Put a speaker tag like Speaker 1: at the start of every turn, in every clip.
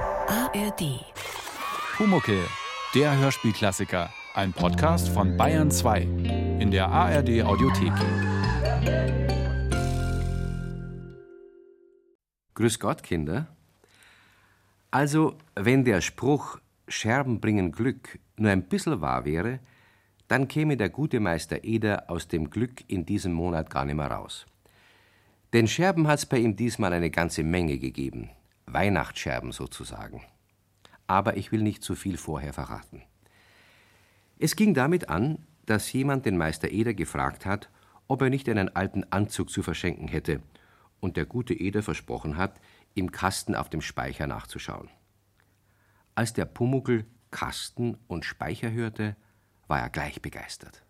Speaker 1: ARD.
Speaker 2: Pumuckel, der Hörspielklassiker. Ein Podcast von Bayern 2 in der ARD Audiothek.
Speaker 3: Grüß Gott, Kinder. Also, wenn der Spruch Scherben bringen Glück nur ein bisschen wahr wäre, dann käme der gute Meister Eder aus dem Glück in diesem Monat gar nicht mehr raus. Den Scherben hat's bei ihm diesmal eine ganze Menge gegeben. Weihnachtsscherben sozusagen. Aber ich will nicht zu viel vorher verraten. Es ging damit an, dass jemand den Meister Eder gefragt hat, ob er nicht einen alten Anzug zu verschenken hätte, und der gute Eder versprochen hat, im Kasten auf dem Speicher nachzuschauen. Als der Pumuckel Kasten und Speicher hörte, war er gleich begeistert.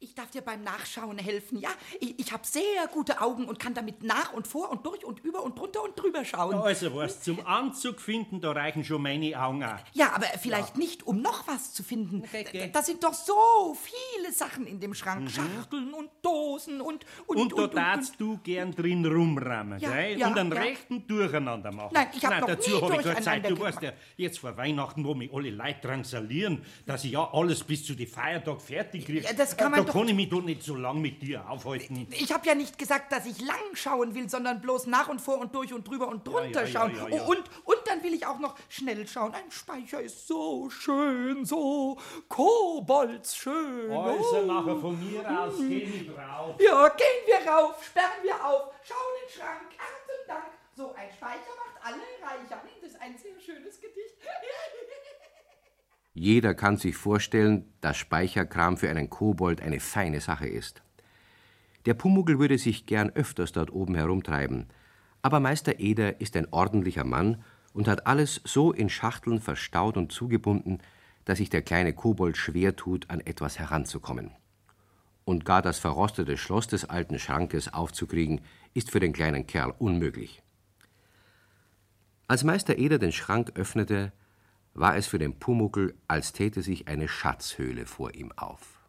Speaker 4: Ich darf dir beim Nachschauen helfen, ja? Ich, ich habe sehr gute Augen und kann damit nach und vor und durch und über und drunter und drüber schauen.
Speaker 5: Ja, also was zum Anzug finden, da reichen schon meine Augen auch.
Speaker 4: Ja, aber vielleicht nicht, um noch was zu finden. D- Da sind doch so viele Sachen in dem Schrank. Schachteln und Dosen und...
Speaker 5: Mhm. Und, da darfst du gern drin rumrammen,
Speaker 4: Ja,
Speaker 5: gell?
Speaker 4: ja,
Speaker 5: und einen
Speaker 4: ja.
Speaker 5: rechten Durcheinander machen.
Speaker 4: Nein, ich hab noch nie
Speaker 5: dazu hab ich keine Zeit.
Speaker 4: durcheinander
Speaker 5: Du weißt ja,
Speaker 4: gemacht.
Speaker 5: jetzt vor Weihnachten, wo mich alle Leute drangsalieren, dass ich ja alles bis zu den Feiertag fertig kriege.
Speaker 4: Ja, das kann man
Speaker 5: da
Speaker 4: doch-
Speaker 5: kann ich mich doch nicht so lang mit dir aufhalten.
Speaker 4: Ich habe ja nicht gesagt, dass ich lang schauen will, sondern bloß nach und vor und durch und drüber und drunter
Speaker 5: ja,
Speaker 4: schauen. Oh,
Speaker 5: ja, ja.
Speaker 4: Und, und dann will ich auch noch schnell schauen. Ein Speicher ist so schön, so koboldsschön.
Speaker 5: Also
Speaker 4: Oh.
Speaker 5: nachher von mir aus, geh nicht rauf.
Speaker 4: Ja, gehen wir rauf, sperren wir auf, schauen in den Schrank, Ach zum Dank. So ein Speicher macht alle reicher. Hm, Das ist ein sehr schönes Gedicht.
Speaker 3: Jeder kann sich vorstellen, dass Speicherkram für einen Kobold eine feine Sache ist. Der Pumuckl würde sich gern öfters dort oben herumtreiben, aber Meister Eder ist ein ordentlicher Mann und hat alles so in Schachteln verstaut und zugebunden, dass sich der kleine Kobold schwer tut, an etwas heranzukommen. Und gar das verrostete Schloss des alten Schrankes aufzukriegen, ist für den kleinen Kerl unmöglich. Als Meister Eder den Schrank öffnete, war es für den Pumuckel, als täte sich eine Schatzhöhle vor ihm auf.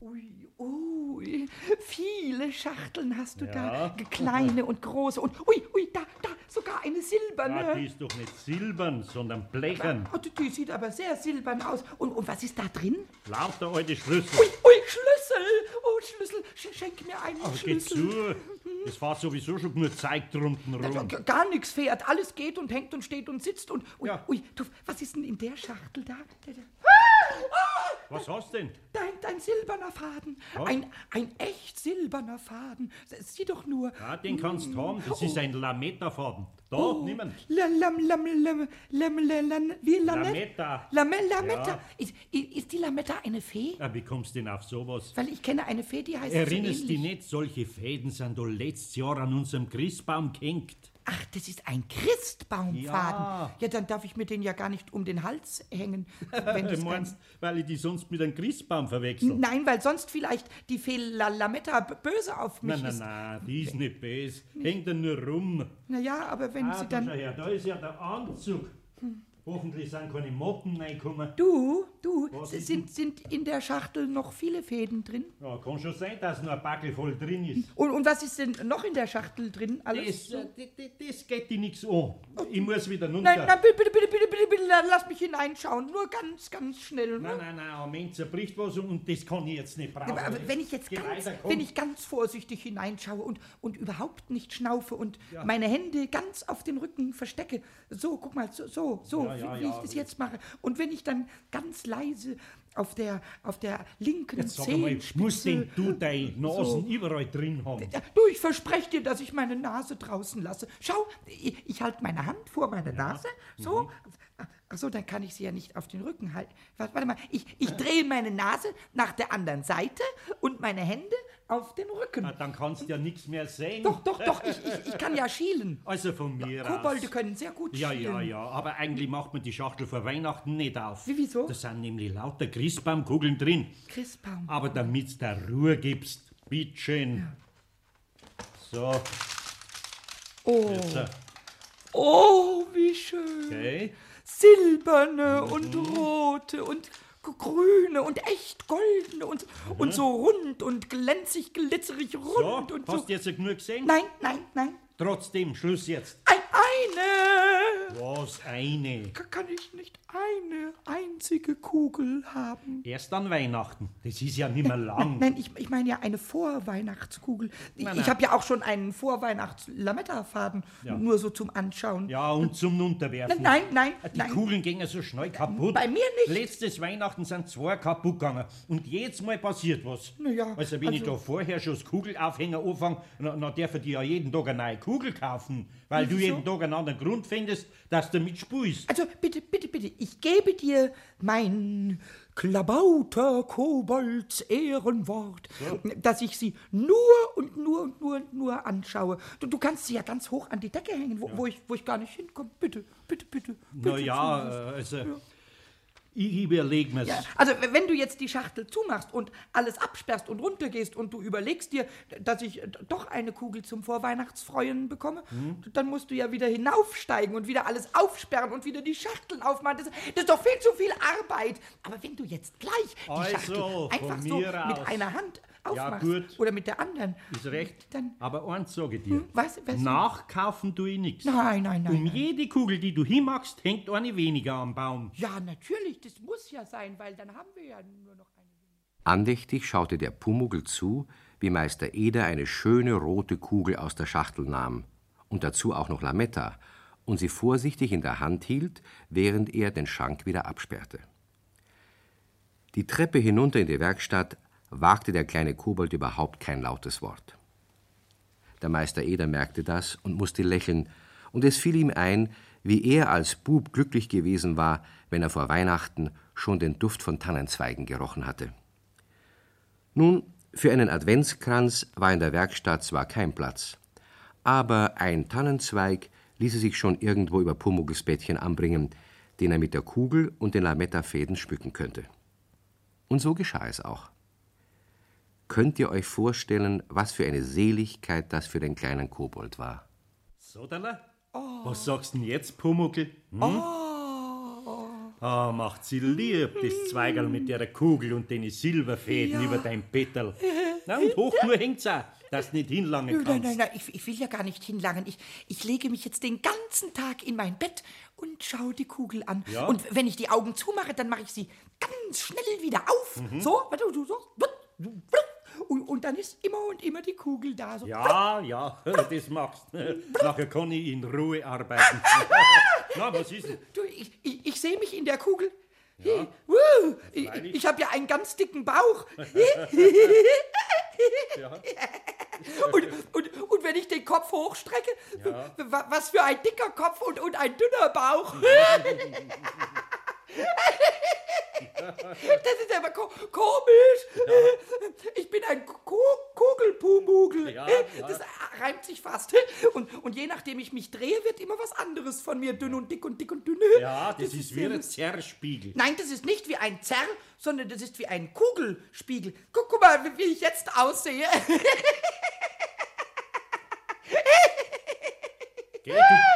Speaker 4: Ui, ui, viele Schachteln hast du da. Kleine und große und ui, ui, da, da, sogar eine
Speaker 5: Ah,
Speaker 4: silberne.
Speaker 5: die ist doch nicht silbern, sondern blechern.
Speaker 4: Oh, die, die sieht aber sehr silbern aus. Und, und was ist da drin?
Speaker 5: Lauter alte Schlüssel.
Speaker 4: Ui, ui, Schlüssel. Oh, Schlüssel, sch- schenk mir einen
Speaker 5: Aber geh
Speaker 4: Schlüssel. Äh,
Speaker 5: zu. Es fährt sowieso schon nur Zeug drunten rum.
Speaker 4: G- Gar nichts fährt. Alles geht und hängt und steht und sitzt und. Ui,
Speaker 5: Ja.
Speaker 4: ui, du, was ist denn in der Schachtel da? Da- da-
Speaker 5: Was hast denn?
Speaker 4: Da hängt ein silberner Faden.
Speaker 5: Oh.
Speaker 4: Ein, ein echt silberner Faden. S- Sieh doch nur.
Speaker 5: Ah, den kannst du haben. Das ist ein Lametta-Faden. Da,
Speaker 4: Oh.
Speaker 5: nimm ihn.
Speaker 4: La, lam, lam, lam, lam, lam, lam, wie Lanette?
Speaker 5: Lametta.
Speaker 4: Lame- Lametta.
Speaker 5: Ja.
Speaker 4: Ist, i- ist die Lametta eine Fee?
Speaker 5: Ah, wie kommst du denn auf sowas?
Speaker 4: Weil ich kenne eine Fee, die heißt so
Speaker 5: Erinnerst dich
Speaker 4: ähnlich.
Speaker 5: nicht, solche Fäden sind doch letztes Jahr an unserem Christbaum gehängt.
Speaker 4: Ach, das ist ein Christbaumfaden.
Speaker 5: Ja.
Speaker 4: ja, dann darf ich mir den ja gar nicht um den Hals hängen. Wenn das ein,
Speaker 5: Du Äh, meinst, weil ich die sonst mit einem Christbaum verwechsel?
Speaker 4: Nein, weil sonst vielleicht die Fee La Lametta b- böse auf mich
Speaker 5: nein, nein,
Speaker 4: ist.
Speaker 5: nein, die ist nicht böse. Hängt er nur rum.
Speaker 4: Naja, aber wenn
Speaker 5: Ah,
Speaker 4: sie
Speaker 5: da,
Speaker 4: dann. Hm.
Speaker 5: schau her, da ist ja der Anzug. Hoffentlich sind keine Motten reingekommen.
Speaker 4: Du, du,
Speaker 5: Was ist
Speaker 4: sind, sind in der Schachtel noch viele Fäden drin?
Speaker 5: Ja, kann schon sein, dass nur ein Backel voll drin ist.
Speaker 4: Und, und was ist denn noch in der Schachtel drin? Alles?
Speaker 5: Das, äh, d- d- das geht dir nichts an. Ich muss wieder runter.
Speaker 4: nein, nein, bitte, bitte, bitte, bitte, bitte, bitte, la- lass mich hineinschauen. Nur ganz, ganz schnell.
Speaker 5: Nein, nein, nein, am Ende zerbricht was und das kann ich jetzt nicht brauchen.
Speaker 4: aber, aber wenn ich jetzt
Speaker 5: Geh
Speaker 4: ganz,
Speaker 5: weiter, komm.
Speaker 4: wenn ich ganz vorsichtig hineinschaue und, und überhaupt nicht schnaufe und meine Hände ganz auf den Rücken verstecke, so, guck mal, so, so, so
Speaker 5: Ja, ja,
Speaker 4: wie, wie
Speaker 5: ja,
Speaker 4: ich das jetzt mache. Und wenn ich dann ganz leise auf der, auf der linken
Speaker 5: Jetzt sag mal,
Speaker 4: Zehenspitze...
Speaker 5: muss denn du deine Nasen überall drin haben?
Speaker 4: Ja, Du, ich verspreche dir, dass ich meine Nase draußen lasse. Schau, ich, ich halte meine Hand vor meine Nase.
Speaker 5: mhm.
Speaker 4: So. Ach so, dann kann ich sie ja nicht auf den Rücken halten. Warte, warte mal, ich, ich drehe meine Nase nach der anderen Seite und meine Hände auf den Rücken.
Speaker 5: Ah, dann kannst du ja nichts mehr sehen.
Speaker 4: Doch, doch, doch, ich, ich, ich kann ja schielen.
Speaker 5: Also von mir
Speaker 4: Kobolde
Speaker 5: aus.
Speaker 4: können sehr gut
Speaker 5: Ja,
Speaker 4: schielen.
Speaker 5: ja, ja, aber eigentlich macht man die Schachtel vor Weihnachten nicht auf.
Speaker 4: Wie, wieso?
Speaker 5: Da sind nämlich lauter Christbaumkugeln drin.
Speaker 4: Christbaum.
Speaker 5: Aber damit's da Ruhe gibst, bitteschön. So,
Speaker 4: Oh,
Speaker 5: jetzt, äh,
Speaker 4: oh, wie schön.
Speaker 5: okay.
Speaker 4: silberne
Speaker 5: Mhm.
Speaker 4: und rote und g- grüne und echt goldene und, und so rund und glänzig, glitzerig
Speaker 5: Mhm. So,
Speaker 4: rund und
Speaker 5: hast
Speaker 4: so.
Speaker 5: du jetzt genug gesehen?
Speaker 4: Nein, nein, nein.
Speaker 5: Trotzdem, Schluss jetzt.
Speaker 4: Ein, eine
Speaker 5: Was, eine?
Speaker 4: Ka- Kann ich nicht eine einzige Kugel haben?
Speaker 5: Erst an Weihnachten. Das ist ja nimmer lang.
Speaker 4: Nein, ich, ich meine ja eine Vorweihnachtskugel. Ich,
Speaker 5: Nein,
Speaker 4: ich
Speaker 5: nein.
Speaker 4: habe ja auch schon einen Vorweihnachts-Lametta-Faden,
Speaker 5: Ja.
Speaker 4: nur so zum Anschauen.
Speaker 5: Ja, und zum Unterwerfen.
Speaker 4: Nein, nein,
Speaker 5: Die
Speaker 4: nein.
Speaker 5: Kugeln gingen so schnell kaputt.
Speaker 4: Bei mir nicht.
Speaker 5: Letztes Weihnachten sind zwei kaputt gegangen. Und jedes Mal passiert was.
Speaker 4: Na ja,
Speaker 5: also wenn ich
Speaker 4: also-
Speaker 5: da vorher schon das Kugelaufhänger anfange, na, na darf ich dir ja jeden Tag eine neue Kugel kaufen. Weil du
Speaker 4: Wieso?
Speaker 5: jeden Tag einen anderen Grund findest, dass du damit spielst.
Speaker 4: Also bitte, bitte, bitte, ich gebe dir mein Klabauter Kobolds Ehrenwort, dass ich sie nur und nur und nur und nur anschaue. Du, du kannst sie ja ganz hoch an die Decke hängen, wo, wo, ich, wo ich gar nicht hinkomme. Bitte, bitte, bitte. bitte
Speaker 5: Naja,
Speaker 4: Jesus.
Speaker 5: also ich überlege mir's.
Speaker 4: Ja, also wenn du jetzt die Schachtel zumachst und alles absperrst und runtergehst und du überlegst dir, dass ich doch eine Kugel zum Vorweihnachtsfreuen bekomme,
Speaker 5: Mhm.
Speaker 4: dann musst du ja wieder hinaufsteigen und wieder alles aufsperren und wieder die Schachteln aufmachen. Das, das ist doch viel zu viel Arbeit. Aber wenn du jetzt gleich die
Speaker 5: Also,
Speaker 4: Schachtel
Speaker 5: von
Speaker 4: einfach so
Speaker 5: mir aus.
Speaker 4: mit einer Hand
Speaker 5: Ja,
Speaker 4: aufmachst
Speaker 5: gut.
Speaker 4: oder mit der anderen,
Speaker 5: Ist recht.
Speaker 4: dann
Speaker 5: Aber eins sage ich dir.
Speaker 4: Hm, was, was?
Speaker 5: Nachkaufen tue ich nichts.
Speaker 4: Nein, nein, nein.
Speaker 5: Um
Speaker 4: nein.
Speaker 5: jede Kugel, die du hinmachst, hängt eine weniger am Baum.
Speaker 4: Ja, natürlich, das muss ja sein, weil dann haben wir ja nur noch eine.
Speaker 3: Andächtig schaute der Pumuckl zu, wie Meister Eder eine schöne rote Kugel aus der Schachtel nahm und dazu auch noch Lametta und sie vorsichtig in der Hand hielt, während er den Schank wieder absperrte. Die Treppe hinunter in die Werkstatt wagte der kleine Kobold überhaupt kein lautes Wort. Der Meister Eder merkte das und musste lächeln, und es fiel ihm ein, wie er als Bub glücklich gewesen war, wenn er vor Weihnachten schon den Duft von Tannenzweigen gerochen hatte. Nun, für einen Adventskranz war in der Werkstatt zwar kein Platz, aber ein Tannenzweig ließe sich schon irgendwo über Pumuckls Bettchen anbringen, den er mit der Kugel und den Lametta-Fäden schmücken könnte. Und so geschah es auch. Könnt ihr euch vorstellen, was für eine Seligkeit das für den kleinen Kobold war?
Speaker 5: Sodala?
Speaker 4: Oh.
Speaker 5: Was sagst denn jetzt, Pumuckl? Hm?
Speaker 4: Oh.
Speaker 5: Ah, macht sie lieb, das Zweigerl mit der Kugel und den Silberfäden über dein Bettel. Na, und hoch nur hängt's auch, dass du nicht hinlangen
Speaker 4: Nein,
Speaker 5: kannst.
Speaker 4: nein, nein, ich, ich will ja gar nicht hinlangen. Ich, ich lege mich jetzt den ganzen Tag in mein Bett und schaue die Kugel an.
Speaker 5: Ja.
Speaker 4: Und wenn ich die Augen zumache, dann mache ich sie ganz schnell wieder auf.
Speaker 5: Mhm.
Speaker 4: So, warte, du so. Und, und dann ist immer und immer die Kugel da. So.
Speaker 5: Ja, ja, das machst. Nachher kann ich in Ruhe arbeiten. Na, was ist denn?
Speaker 4: Du, ich, ich, ich sehe mich in der Kugel. Wuh, ich
Speaker 5: freilich.
Speaker 4: ich habe ja einen ganz dicken Bauch. und, und, und wenn ich den Kopf hochstrecke, wa- was für ein dicker Kopf und, und ein dünner Bauch. das ist aber ko komisch. Ich bin ein Ku- Kugelpumugel. Äh,
Speaker 5: Ja, ja.
Speaker 4: Das reimt sich fast. Und, und je nachdem ich mich drehe, wird immer was anderes von mir. Dünn und dick und dick und dünn.
Speaker 5: Ja, das ist wie
Speaker 4: sehr-
Speaker 5: ein Zerrspiegel.
Speaker 4: Nein, das ist nicht wie ein Zerr, sondern das ist wie ein Kugelspiegel. Guck, guck mal, wie- wie ich jetzt aussehe.
Speaker 5: Geh,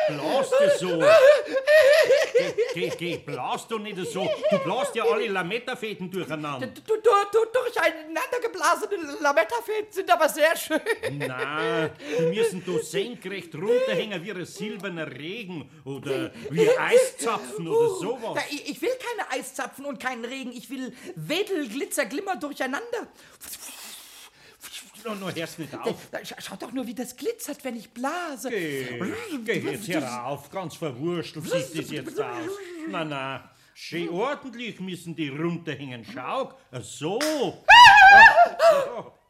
Speaker 5: du blasst ja so. Geh, geh, geh, blasst doch nicht so. Du blasst ja alle Lamettafäden durcheinander.
Speaker 4: Du- du- du- Durcheinander geblasene Lamettafäden sind aber sehr schön.
Speaker 5: Nein, die müssen da senkrecht runterhängen wie ein silberner Regen oder wie ein Eiszapfen oder
Speaker 4: Ja,
Speaker 5: sowas.
Speaker 4: ich, ich will keine Eiszapfen und keinen Regen. Ich will Wedel, Glitzer, Glimmer durcheinander.
Speaker 5: Na, na, hörst nicht auf.
Speaker 4: Da, scha schaut doch nur, wie das glitzert, wenn ich blase.
Speaker 5: Geh, geh jetzt herauf, ganz verwurscht sieht das jetzt aus. Na, na, schön ordentlich müssen die runterhängen. Schau, so.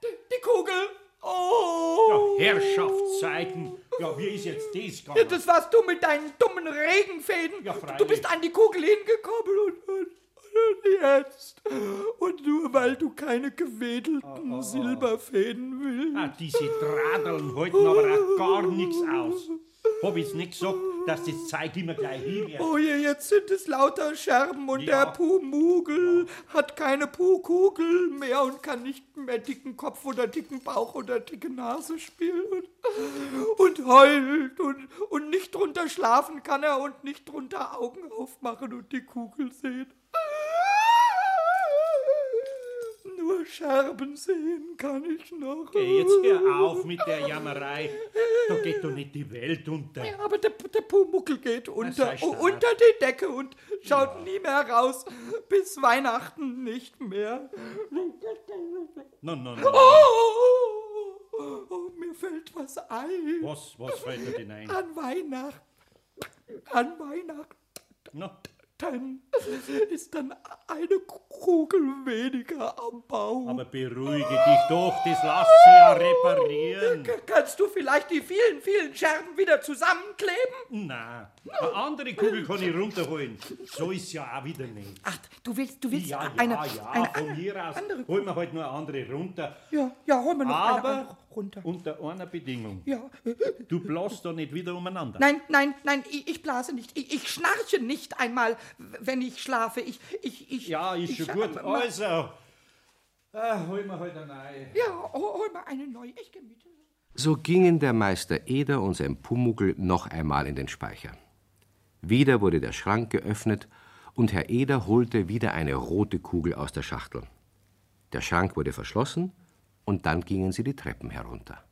Speaker 4: Die Kugel. Oh.
Speaker 5: Herrschaftszeiten. Ja, wie ist jetzt das
Speaker 4: Ja,
Speaker 5: gegangen?
Speaker 4: das warst du mit deinen dummen Regenfäden.
Speaker 5: Ja,
Speaker 4: du bist
Speaker 5: freilich.
Speaker 4: an die Kugel hingekommen und, und, und jetzt. Und nur weil du keine gewedelten Silberfäden willst.
Speaker 5: Ah, diese Dradeln halten aber auch gar nichts aus. Hab ich's nicht gesagt, dass das Zeug immer gleich hin wird.
Speaker 4: Oh je, jetzt sind es lauter Scherben und
Speaker 5: Ja.
Speaker 4: der Pumugel hat keine Puhkugel mehr und kann nicht mehr dicken Kopf oder dicken Bauch oder dicke Nase spielen. Und heult und, und nicht drunter schlafen kann er und nicht drunter Augen aufmachen und die Kugel sehen. Nur Scherben sehen kann ich noch.
Speaker 5: Geh, jetzt hör auf mit der Jammerei. Da geht doch nicht die Welt unter.
Speaker 4: Ja, aber der, der Pumuckel geht unter,
Speaker 5: sei stark.
Speaker 4: unter die Decke und schaut nie mehr raus. Bis Weihnachten nicht mehr.
Speaker 5: No, no,
Speaker 4: Oh, oh,
Speaker 5: no.
Speaker 4: oh, oh mir fällt was ein.
Speaker 5: Was, was fällt dir denn ein?
Speaker 4: An Weihnachten. An Weihnachten
Speaker 5: No.
Speaker 4: ist dann eine Kugel weniger am Baum.
Speaker 5: Aber beruhige dich doch, das lass sie ja reparieren.
Speaker 4: K- Kannst du vielleicht die vielen, vielen Scherben wieder zusammenkleben?
Speaker 5: Hm. Na, eine andere Kugel kann ich runterholen. So ist ja auch wieder nicht.
Speaker 4: Ach, du willst, du willst
Speaker 5: Ja, ja,
Speaker 4: eine,
Speaker 5: ja,
Speaker 4: eine
Speaker 5: von
Speaker 4: andere-
Speaker 5: mir aus
Speaker 4: andere
Speaker 5: holen wir halt nur eine andere runter.
Speaker 4: Ja, ja, hol mir noch eine
Speaker 5: Aber
Speaker 4: andere runter.
Speaker 5: unter einer Bedingung.
Speaker 4: Ja. äh,
Speaker 5: Du blasst da nicht wieder umeinander.
Speaker 4: Nein, nein, nein, ich, ich blase nicht. Ich, ich schnarche nicht einmal, wenn ich schlafe. Ich, ich, ich.
Speaker 5: Ja, ist schon
Speaker 4: ich-
Speaker 5: gut.
Speaker 4: äh, ma-
Speaker 5: Also, ah, hol mir halt eine neue.
Speaker 4: Ja, hol, hol mal eine neue. Ich gemüte.
Speaker 3: So gingen der Meister Eder und sein Pumuckel noch einmal in den Speicher. Wieder wurde der Schrank geöffnet und Herr Eder holte wieder eine rote Kugel aus der Schachtel. Der Schrank wurde verschlossen und dann gingen sie die Treppen herunter.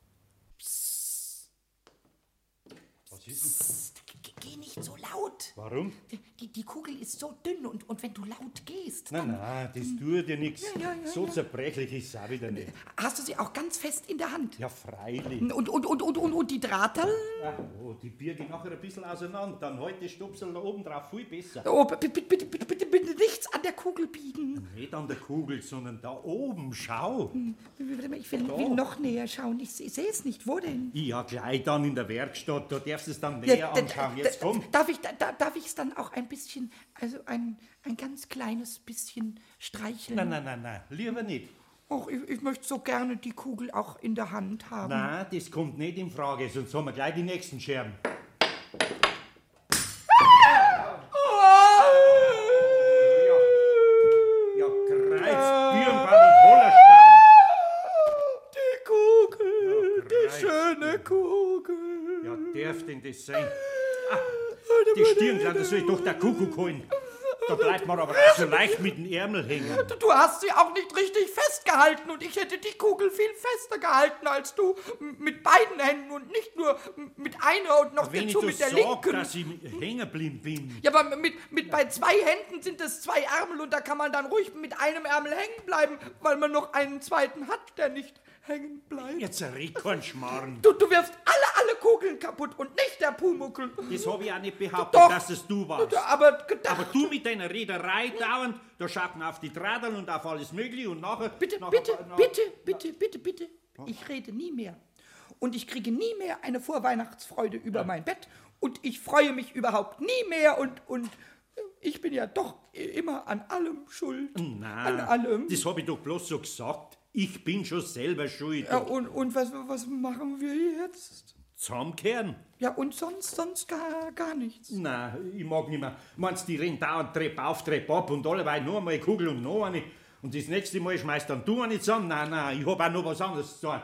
Speaker 1: Geh nicht so laut.
Speaker 5: Warum?
Speaker 1: Die, die Kugel ist so dünn und, und wenn du laut gehst,
Speaker 5: Nein, nein, das tut dir nichts. So zerbrechlich ist es auch wieder nicht.
Speaker 4: Hast du sie auch ganz fest in der Hand?
Speaker 5: Ja, freilich.
Speaker 4: Und, und, und, und, und, und die Drahteln?
Speaker 5: Ach, oh, die Birge nachher ein bisschen auseinander, dann heute halt Stupsel da oben drauf viel besser.
Speaker 4: Oh, bitte, bitte, bitte, bitte, bitte nichts an der Kugel biegen.
Speaker 5: Nicht an der Kugel, sondern da oben, schau.
Speaker 4: Warte mal, Ich will, will noch näher schauen. Ich, se- ich sehe es nicht. Wo denn?
Speaker 5: Ja, gleich dann in der Werkstatt, da darfst du es dann näher
Speaker 4: Da- da-
Speaker 5: anschauen.
Speaker 4: äh, da-
Speaker 5: Jetzt komm.
Speaker 4: Darf ich es da, darf ich's dann auch ein bisschen, also ein, ein ganz kleines bisschen streicheln?
Speaker 5: Nein, nein, nein, nein, lieber nicht.
Speaker 4: Och, ich, ich möchte so gerne die Kugel auch in der Hand haben.
Speaker 5: Nein, das kommt nicht in Frage, sonst haben wir gleich die nächsten Scherben.
Speaker 4: Ah,
Speaker 5: Ja, Kreuz, Birnbaum und Hollerstein.
Speaker 4: Die Kugel,
Speaker 5: Ja,
Speaker 4: die
Speaker 5: Kreis.
Speaker 4: schöne Kugel.
Speaker 5: Ja, darf denn das sein? Ah, die Stirnklappe soll ich doch der Kuckuck holen. Da bleibt man aber auch so leicht mit dem Ärmel hängen.
Speaker 4: Du hast sie auch nicht richtig festgehalten und ich hätte die Kugel viel fester gehalten als du m- mit beiden Händen und nicht nur m- mit einer und noch
Speaker 5: Wenn ich
Speaker 4: dazu
Speaker 5: das
Speaker 4: mit der
Speaker 5: sag,
Speaker 4: linken.
Speaker 5: dass ich hängerblind bin,
Speaker 4: Ja, aber mit, mit bei zwei Händen sind es zwei Ärmel und da kann man dann ruhig mit einem Ärmel hängen bleiben, weil man noch einen zweiten hat, der nicht hängen bleibt.
Speaker 5: jetzt red keinen Schmarrn.
Speaker 4: Du, du wirfst alle, alle Kugeln kaputt und nicht der Pumuckel.
Speaker 5: Das habe ich auch nicht behauptet,
Speaker 4: Doch.
Speaker 5: dass es du warst.
Speaker 4: Aber gedacht,
Speaker 5: Aber du mit deiner Rederei dauernd, da schaut man auf die Dradeln und auf alles Mögliche und nachher...
Speaker 4: bitte,
Speaker 5: nachher,
Speaker 4: bitte,
Speaker 5: nachher-
Speaker 4: bitte, bitte, bitte, bitte, ich rede nie mehr. Und ich kriege nie mehr eine Vorweihnachtsfreude über mein Bett und ich freue mich überhaupt nie mehr und, und ich bin ja doch immer an allem schuld.
Speaker 5: Nein,
Speaker 4: An allem.
Speaker 5: das habe ich doch bloß so gesagt. Ich bin schon selber schuld.
Speaker 4: Ja, und und was, was machen wir jetzt?
Speaker 5: Zusammenkehren?
Speaker 4: Ja, und sonst, sonst gar, gar nichts.
Speaker 5: Nein, ich mag nicht mehr. Meinst die rennen dauernd Trepp auf, Trepp ab und alleweil nur einmal eine Kugel und noch eine. Und das nächste Mal schmeißt dann du eine zusammen. Nein, nein, ich habe auch noch was anderes zu tun.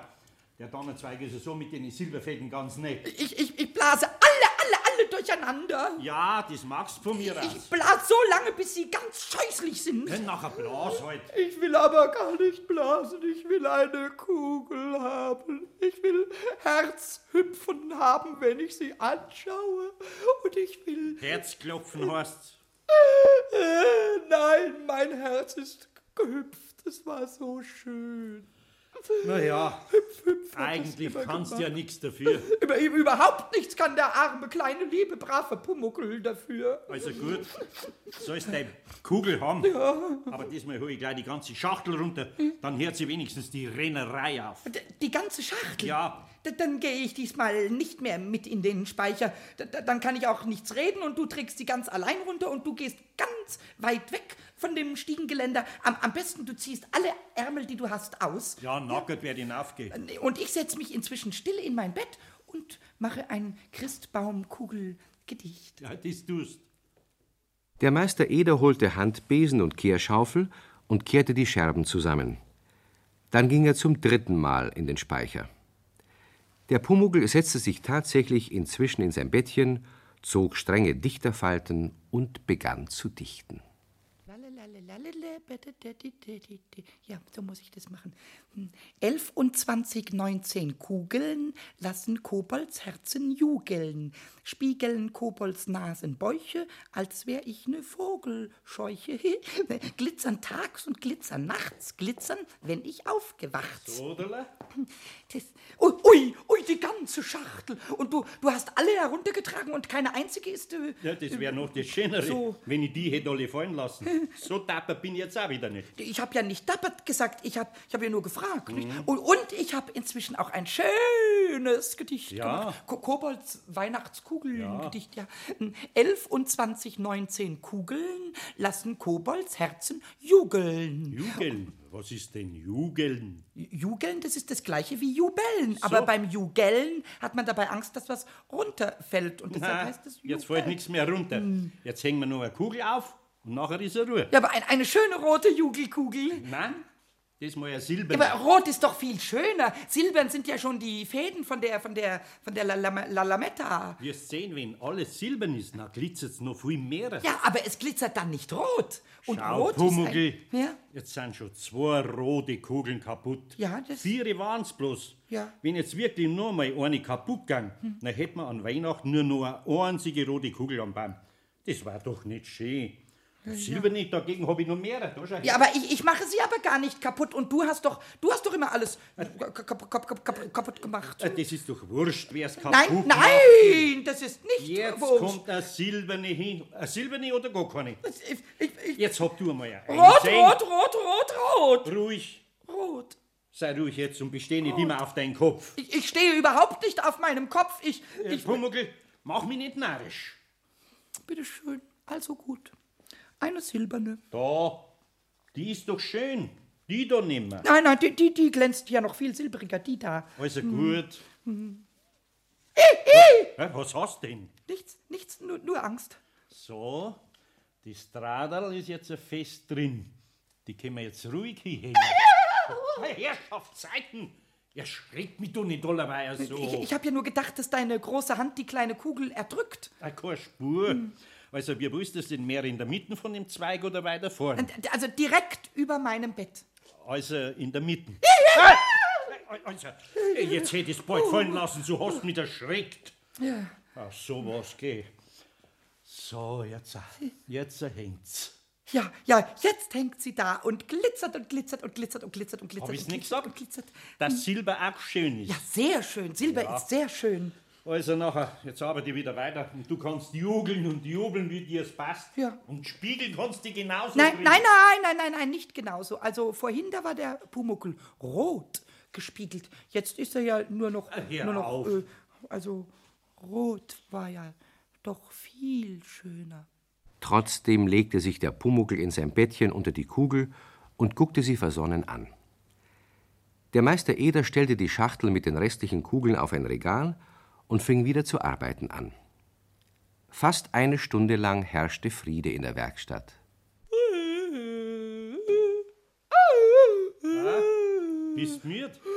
Speaker 5: Der Tannenzweig ist ja so mit den Silberfäden ganz nett.
Speaker 4: Ich, ich, ich blase alle, alle, alle durcheinander.
Speaker 5: Ja, das magst du von mir
Speaker 4: Ich
Speaker 5: aus.
Speaker 4: blase so lange, bis sie ganz scheußlich sind.
Speaker 5: Dann nachher Blas halt.
Speaker 4: Ich will aber gar nicht blasen, ich will eine Kugel haben. Ich will Herzhüpfen haben, wenn ich sie anschaue. Und ich will...
Speaker 5: Herzklopfen heißt's.
Speaker 4: Äh, nein, mein Herz ist gehüpft, es war so schön.
Speaker 5: Naja,
Speaker 4: Hüpf, hüpf, hat das
Speaker 5: eigentlich
Speaker 4: immer
Speaker 5: kannst du
Speaker 4: gemacht.
Speaker 5: ja nichts dafür.
Speaker 4: Über, über- überhaupt nichts kann der arme, kleine, liebe, brave Pumuckel dafür.
Speaker 5: Also gut, sollst deine Kugel haben. Aber diesmal hole ich gleich die ganze Schachtel runter. Dann hört sie wenigstens die Rennerei auf.
Speaker 4: D- Die ganze Schachtel?
Speaker 5: Ja.
Speaker 4: D dann gehe ich diesmal nicht mehr mit in den Speicher. D d- dann kann ich auch nichts reden und du trägst die ganz allein runter und du gehst ganz weit weg von dem Stiegengeländer. Am, am besten, du ziehst alle Ärmel, die du hast, aus.
Speaker 5: Ja, nackert werde ich hinaufgehen.
Speaker 4: Und ich setze mich inzwischen still in mein Bett und mache ein Christbaumkugelgedicht.
Speaker 5: Ja, das tust.
Speaker 3: Der Meister Eder holte Handbesen und Kehrschaufel und kehrte die Scherben zusammen. Dann ging er zum dritten Mal in den Speicher. Der Pumuckl setzte sich tatsächlich inzwischen in sein Bettchen, zog strenge Dichterfalten und begann zu dichten.
Speaker 1: la la la la
Speaker 4: Lalala, badadadidadidi. Ja, so muss ich das machen. Hm. 11 und 20, 19 Kugeln lassen Kobolds Herzen jugeln, spiegeln Kobolds Nasen Bäuche, als wär ich ne Vogelscheuche. glitzern tags und glitzern nachts, glitzern, wenn ich aufgewacht.
Speaker 5: Oder?
Speaker 4: Das, ui, ui, ui, die ganze Schachtel. Und du, du hast alle heruntergetragen und keine einzige ist... Äh,
Speaker 5: Ja, das wäre noch das Schönere,
Speaker 4: So.
Speaker 5: wenn ich die hätte alle fallen lassen. So tapper bin ich jetzt auch wieder nicht.
Speaker 4: Ich habe ja nicht dappert gesagt, ich habe ich hab ja nur gefragt. Nicht?
Speaker 5: Mhm.
Speaker 4: Und, und ich habe inzwischen auch ein schönes Gedicht
Speaker 5: Ja.
Speaker 4: gemacht. Ko Kobolds Weihnachtskugeln-Gedicht, ja. Elf und zwanzig, neunzehn Kugeln lassen Kobolds Herzen jugeln.
Speaker 5: Jugeln, was ist denn Jugeln?
Speaker 4: Jugeln, das ist das gleiche wie Jubeln. Aber beim Jugeln hat man dabei Angst, dass was runterfällt. Und deshalb
Speaker 5: Na,
Speaker 4: heißt Hm. es Jubeln.
Speaker 5: jetzt fällt nichts mehr runter. Jetzt hängen wir noch eine Kugel auf und nachher ist er Ruhe.
Speaker 4: Ja, aber ein, eine schöne rote Jugelkugel.
Speaker 5: Nein, das mal ein Silber.
Speaker 4: Aber rot ist doch viel schöner. Silbern sind ja schon die Fäden von der von der von der La- La- La- Lametta.
Speaker 5: Wirst sehen, wenn alles silbern ist, dann glitzert's noch viel mehr.
Speaker 4: Ja, aber es glitzert dann nicht rot. Und
Speaker 5: Schau,
Speaker 4: rot
Speaker 5: Pumuckl,
Speaker 4: ist ein, ja?
Speaker 5: jetzt sind schon zwei rote Kugeln kaputt.
Speaker 4: Ja, das-
Speaker 5: Vier waren's bloß.
Speaker 4: Ja.
Speaker 5: Wenn jetzt wirklich nur mal eine kaputt gegangen, dann hätten wir an Weihnachten nur noch eine einzige rote Kugel am Baum. Das war doch nicht schön. Silber nicht, dagegen habe ich noch mehrere. Da schau her.
Speaker 4: Ja, aber ich, ich mache sie aber gar nicht kaputt und du hast doch du hast doch immer alles kap kap kap kap kaputt gemacht.
Speaker 5: Äh, Das ist doch wurscht, wer's kaputt
Speaker 4: Nein,
Speaker 5: macht.
Speaker 4: nein, das ist nicht
Speaker 5: Jetzt
Speaker 4: wurscht.
Speaker 5: kommt eine silberne hin. Eine silberne oder gar keine?
Speaker 4: Ich, ich, ich,
Speaker 5: Jetzt habt du einmal eine.
Speaker 4: rot,
Speaker 5: Sehen.
Speaker 4: rot, rot, rot, rot,
Speaker 5: Ruhig.
Speaker 4: rot.
Speaker 5: Sei ruhig jetzt und besteh nicht immer auf deinen Kopf.
Speaker 4: Ich, ich stehe überhaupt nicht auf meinem Kopf. Ich,
Speaker 5: Äh,
Speaker 4: ich
Speaker 5: Pumuckl, mach mich nicht narrisch.
Speaker 4: bitte schön, also gut. Eine silberne.
Speaker 5: Da, die ist doch schön. Die da nimmer.
Speaker 4: Nein, nein, die, die, die glänzt ja noch viel silbriger, die da.
Speaker 5: Also gut. Hä, Was hast denn?
Speaker 4: Nichts, nichts, nur, nur Angst.
Speaker 5: So, die Stradal ist jetzt fest drin. Die können wir jetzt ruhig hinhängen. Hey, Herrschaftszeiten! Erschreckt mich doch nicht allerweil so.
Speaker 4: Ich, ich habe ja nur gedacht, dass deine große Hand die kleine Kugel erdrückt.
Speaker 5: Ah, keine Spur. Also, wir wussten es denn mehr in der Mitte von dem Zweig oder weiter vorne?
Speaker 4: Und- Also direkt über meinem Bett.
Speaker 5: Also in der Mitte. Ah! Also, jetzt hätte ich es bald fallen lassen, so hast mich erschreckt.
Speaker 4: Ja.
Speaker 5: Ach, sowas geh. So, jetzt, jetzt hängt's.
Speaker 4: Ja, ja, jetzt hängt sie da und glitzert und glitzert und glitzert und glitzert und glitzert.
Speaker 5: Hab ich's
Speaker 4: und
Speaker 5: nicht
Speaker 4: glitzert
Speaker 5: gesagt?
Speaker 4: und glitzert.
Speaker 5: Dass Silber auch schön ist.
Speaker 4: Ja, sehr schön. Silber ist sehr schön.
Speaker 5: Also nachher, jetzt arbeite ich wieder weiter. Und du kannst jugeln und jubeln, wie dir es passt.
Speaker 4: Ja.
Speaker 5: Und spiegeln kannst du genauso.
Speaker 4: Nein,
Speaker 5: drin.
Speaker 4: nein, nein, nein, nein, nein, nicht genauso. Also vorhin, da war der Pumuckel rot gespiegelt. Jetzt ist er ja nur noch,
Speaker 5: hör
Speaker 4: nur noch
Speaker 5: auf.
Speaker 4: äh, also rot war ja doch viel schöner.
Speaker 3: Trotzdem legte sich der Pumuckel in sein Bettchen unter die Kugel und guckte sie versonnen an. Der Meister Eder stellte die Schachtel mit den restlichen Kugeln auf ein Regal und fing wieder zu arbeiten an. Fast eine Stunde lang herrschte Friede in der Werkstatt.
Speaker 5: Bist müde?
Speaker 4: Ah.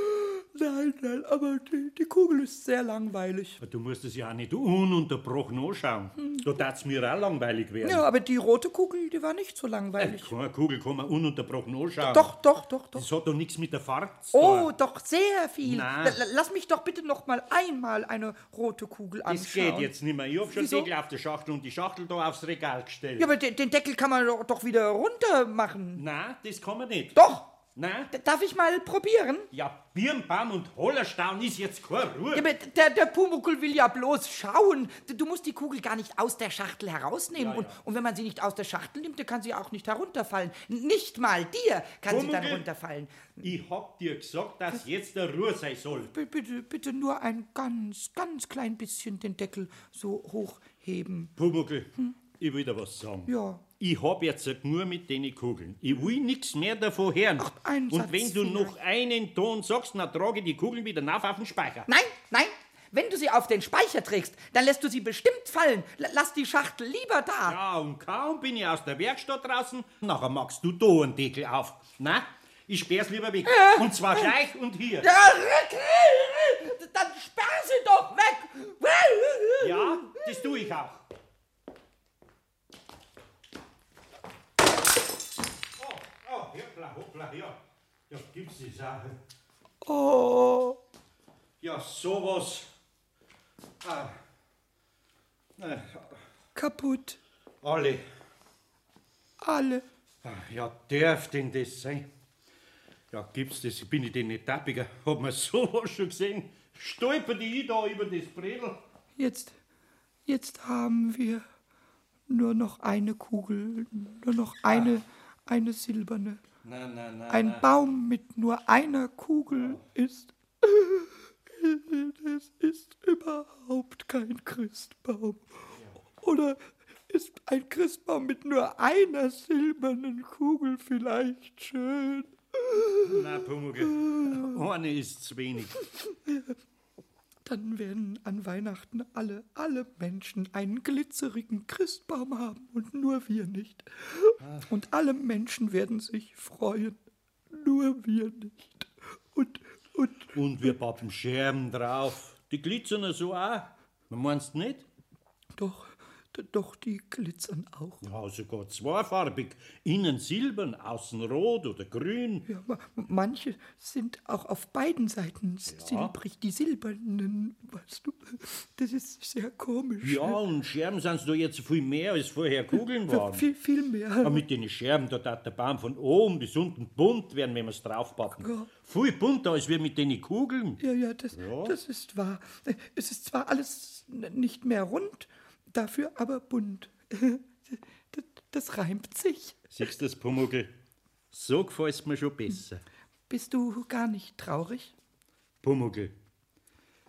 Speaker 4: Nein, nein, aber die, die Kugel ist sehr langweilig.
Speaker 5: Du musst es ja auch nicht ununterbrochen anschauen. Da darf es mir auch langweilig werden.
Speaker 4: Hm. Ja, aber die rote Kugel, die war nicht so
Speaker 5: Äh,
Speaker 4: langweilig.
Speaker 5: Keine Kugel kann man ununterbrochen anschauen.
Speaker 4: Doch, doch, doch, doch.
Speaker 5: Das hat doch nichts mit der Fahrt zu
Speaker 4: Oh,
Speaker 5: tun.
Speaker 4: doch sehr viel.
Speaker 5: Na.
Speaker 4: L- l- Lass mich doch bitte noch mal einmal eine rote Kugel anschauen.
Speaker 5: Das geht jetzt nicht mehr. Ich hab schon
Speaker 4: Wieso?
Speaker 5: Deckel auf der Schachtel und die Schachtel da aufs Regal gestellt.
Speaker 4: Ja, aber den, den Deckel kann man doch, doch wieder runter machen.
Speaker 5: Nein, das kann man nicht.
Speaker 4: Doch.
Speaker 5: Nein,
Speaker 4: D- Darf ich mal probieren?
Speaker 5: ja, Birnbaum und Hollerstaun ist jetzt keine Ruhe.
Speaker 4: Ja, aber der, der Pumuckl will ja bloß schauen. Du- Du musst die Kugel gar nicht aus der Schachtel herausnehmen.
Speaker 5: Ja,
Speaker 4: und,
Speaker 5: ja.
Speaker 4: und wenn man sie nicht aus der Schachtel nimmt, dann kann sie auch nicht herunterfallen. Nicht mal dir kann sie dann
Speaker 5: Pumuckl!
Speaker 4: runterfallen.
Speaker 5: ich hab dir gesagt, dass jetzt der Ruhe sein soll.
Speaker 4: B- Bitte, bitte nur ein ganz, ganz klein bisschen den Deckel so hochheben.
Speaker 5: Pumuckl, ich will dir was sagen.
Speaker 4: Hm. Ja.
Speaker 5: Ich hab jetzt nur mit den Kugeln. Ich will nichts mehr davon hören.
Speaker 4: einen
Speaker 5: und
Speaker 4: Satz
Speaker 5: wenn du
Speaker 4: vielleicht.
Speaker 5: noch einen Ton sagst, dann trage ich die Kugeln wieder nach auf den Speicher.
Speaker 4: Nein, nein. Wenn du sie auf den Speicher trägst, dann lässt du sie bestimmt fallen. L lass die Schachtel lieber da.
Speaker 5: Ja, und kaum bin ich aus der Werkstatt draußen, nachher machst du da einen Deckel auf. Na, ich sperr's lieber weg. Und zwar gleich und hier.
Speaker 4: Ja, dann sperr sie doch weg.
Speaker 5: Ja, das tue ich auch. Oh, hoppla, hoppla, ja. Ja, gibt's die Sache.
Speaker 6: Oh,
Speaker 5: Ja, sowas. Ah. Äh,
Speaker 6: kaputt.
Speaker 5: alle.
Speaker 6: Alle.
Speaker 5: Ah, Ja, darf denn das sein? Ja, gibt's das? Ich bin ich denn nicht tappiger? Hab man sowas schon gesehen? Stolpert ich da über das Bredel?
Speaker 6: Jetzt, jetzt haben wir nur noch eine Kugel, nur noch eine, eine silberne.
Speaker 5: Nein, nein, nein.
Speaker 6: Ein Baum mit nur einer Kugel ist. Das ist überhaupt kein Christbaum. Oder ist ein Christbaum mit nur einer silbernen Kugel vielleicht schön?
Speaker 5: Nein, Pumuckl. Eine ist zu wenig.
Speaker 6: Dann werden an Weihnachten alle, alle Menschen einen glitzerigen Christbaum haben und nur wir nicht. Und alle Menschen werden sich freuen, nur wir nicht. Und, und
Speaker 5: Und wir pappen Scherben drauf. Die glitzern ja so auch. Man meinst nicht?
Speaker 6: doch, d- doch, die glitzern auch.
Speaker 5: Ja, sogar zweifarbig. Innen silbern, außen rot oder grün.
Speaker 6: Ja, ma- manche sind auch auf beiden Seiten s- silbrig, die silbernen, weißt du. Das ist sehr komisch.
Speaker 5: Ja, und Scherben sind's da jetzt viel mehr, als vorher Kugeln waren.
Speaker 6: Viel, viel
Speaker 5: Aber
Speaker 6: mehr.
Speaker 5: mit den Scherben, da tat der Baum von oben bis unten bunt werden, wenn wir's draufpappen.
Speaker 6: Ja.
Speaker 5: Viel bunter als wir mit den Kugeln.
Speaker 6: Ja, ja, das, das ist wahr. Es ist zwar alles n- nicht mehr rund, dafür aber bunt. Das, das reimt sich.
Speaker 5: Siehst du das, Pumuckl? So gefällt's mir schon besser.
Speaker 6: Bist du gar nicht traurig?
Speaker 5: Pumuckl,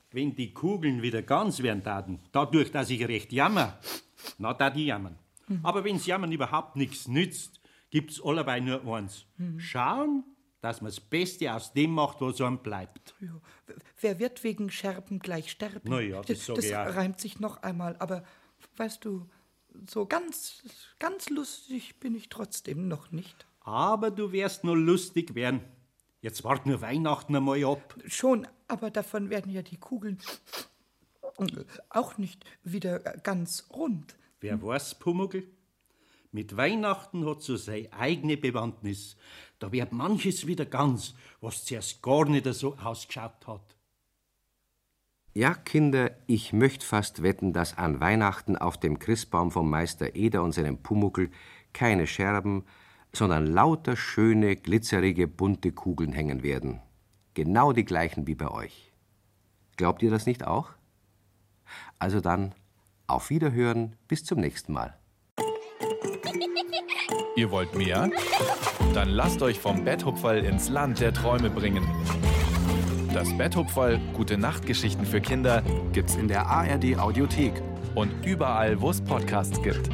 Speaker 5: wenn die Kugeln wieder ganz wären taten, dadurch, dass ich recht jammer, na, da die jammern. Aber wenn's Jammern überhaupt nichts nützt, gibt's allebei nur eins. Schauen, dass man das Beste aus dem macht, was einem bleibt.
Speaker 6: Ja. Wer wird wegen Scherben gleich sterben?
Speaker 5: Na ja, das sag
Speaker 6: das
Speaker 5: ich auch.
Speaker 6: reimt sich noch einmal, aber weißt du, so ganz, ganz lustig bin ich trotzdem noch nicht.
Speaker 5: Aber du wirst nur lustig werden. Jetzt wart nur Weihnachten einmal ab.
Speaker 6: Schon, aber davon werden ja die Kugeln auch nicht wieder äh, ganz rund.
Speaker 5: Wer weiß, Pumuckl? Mit Weihnachten hat so seine eigene Bewandtnis. Da wird manches wieder ganz, was zuerst gar nicht so ausgeschaut hat.
Speaker 3: Ja, Kinder, ich möchte fast wetten, dass an Weihnachten auf dem Christbaum vom Meister Eder und seinem Pumuckel keine Scherben, sondern lauter schöne, glitzerige, bunte Kugeln hängen werden. Genau die gleichen wie bei euch. Glaubt ihr das nicht auch? Also dann, auf Wiederhören, bis zum nächsten Mal.
Speaker 2: Ihr wollt mehr? Dann lasst euch vom Betthupferl ins Land der Träume bringen. Das Betthupferl Gute Nachtgeschichten für Kinder gibt's in der ARD Audiothek und überall, wo es Podcasts gibt.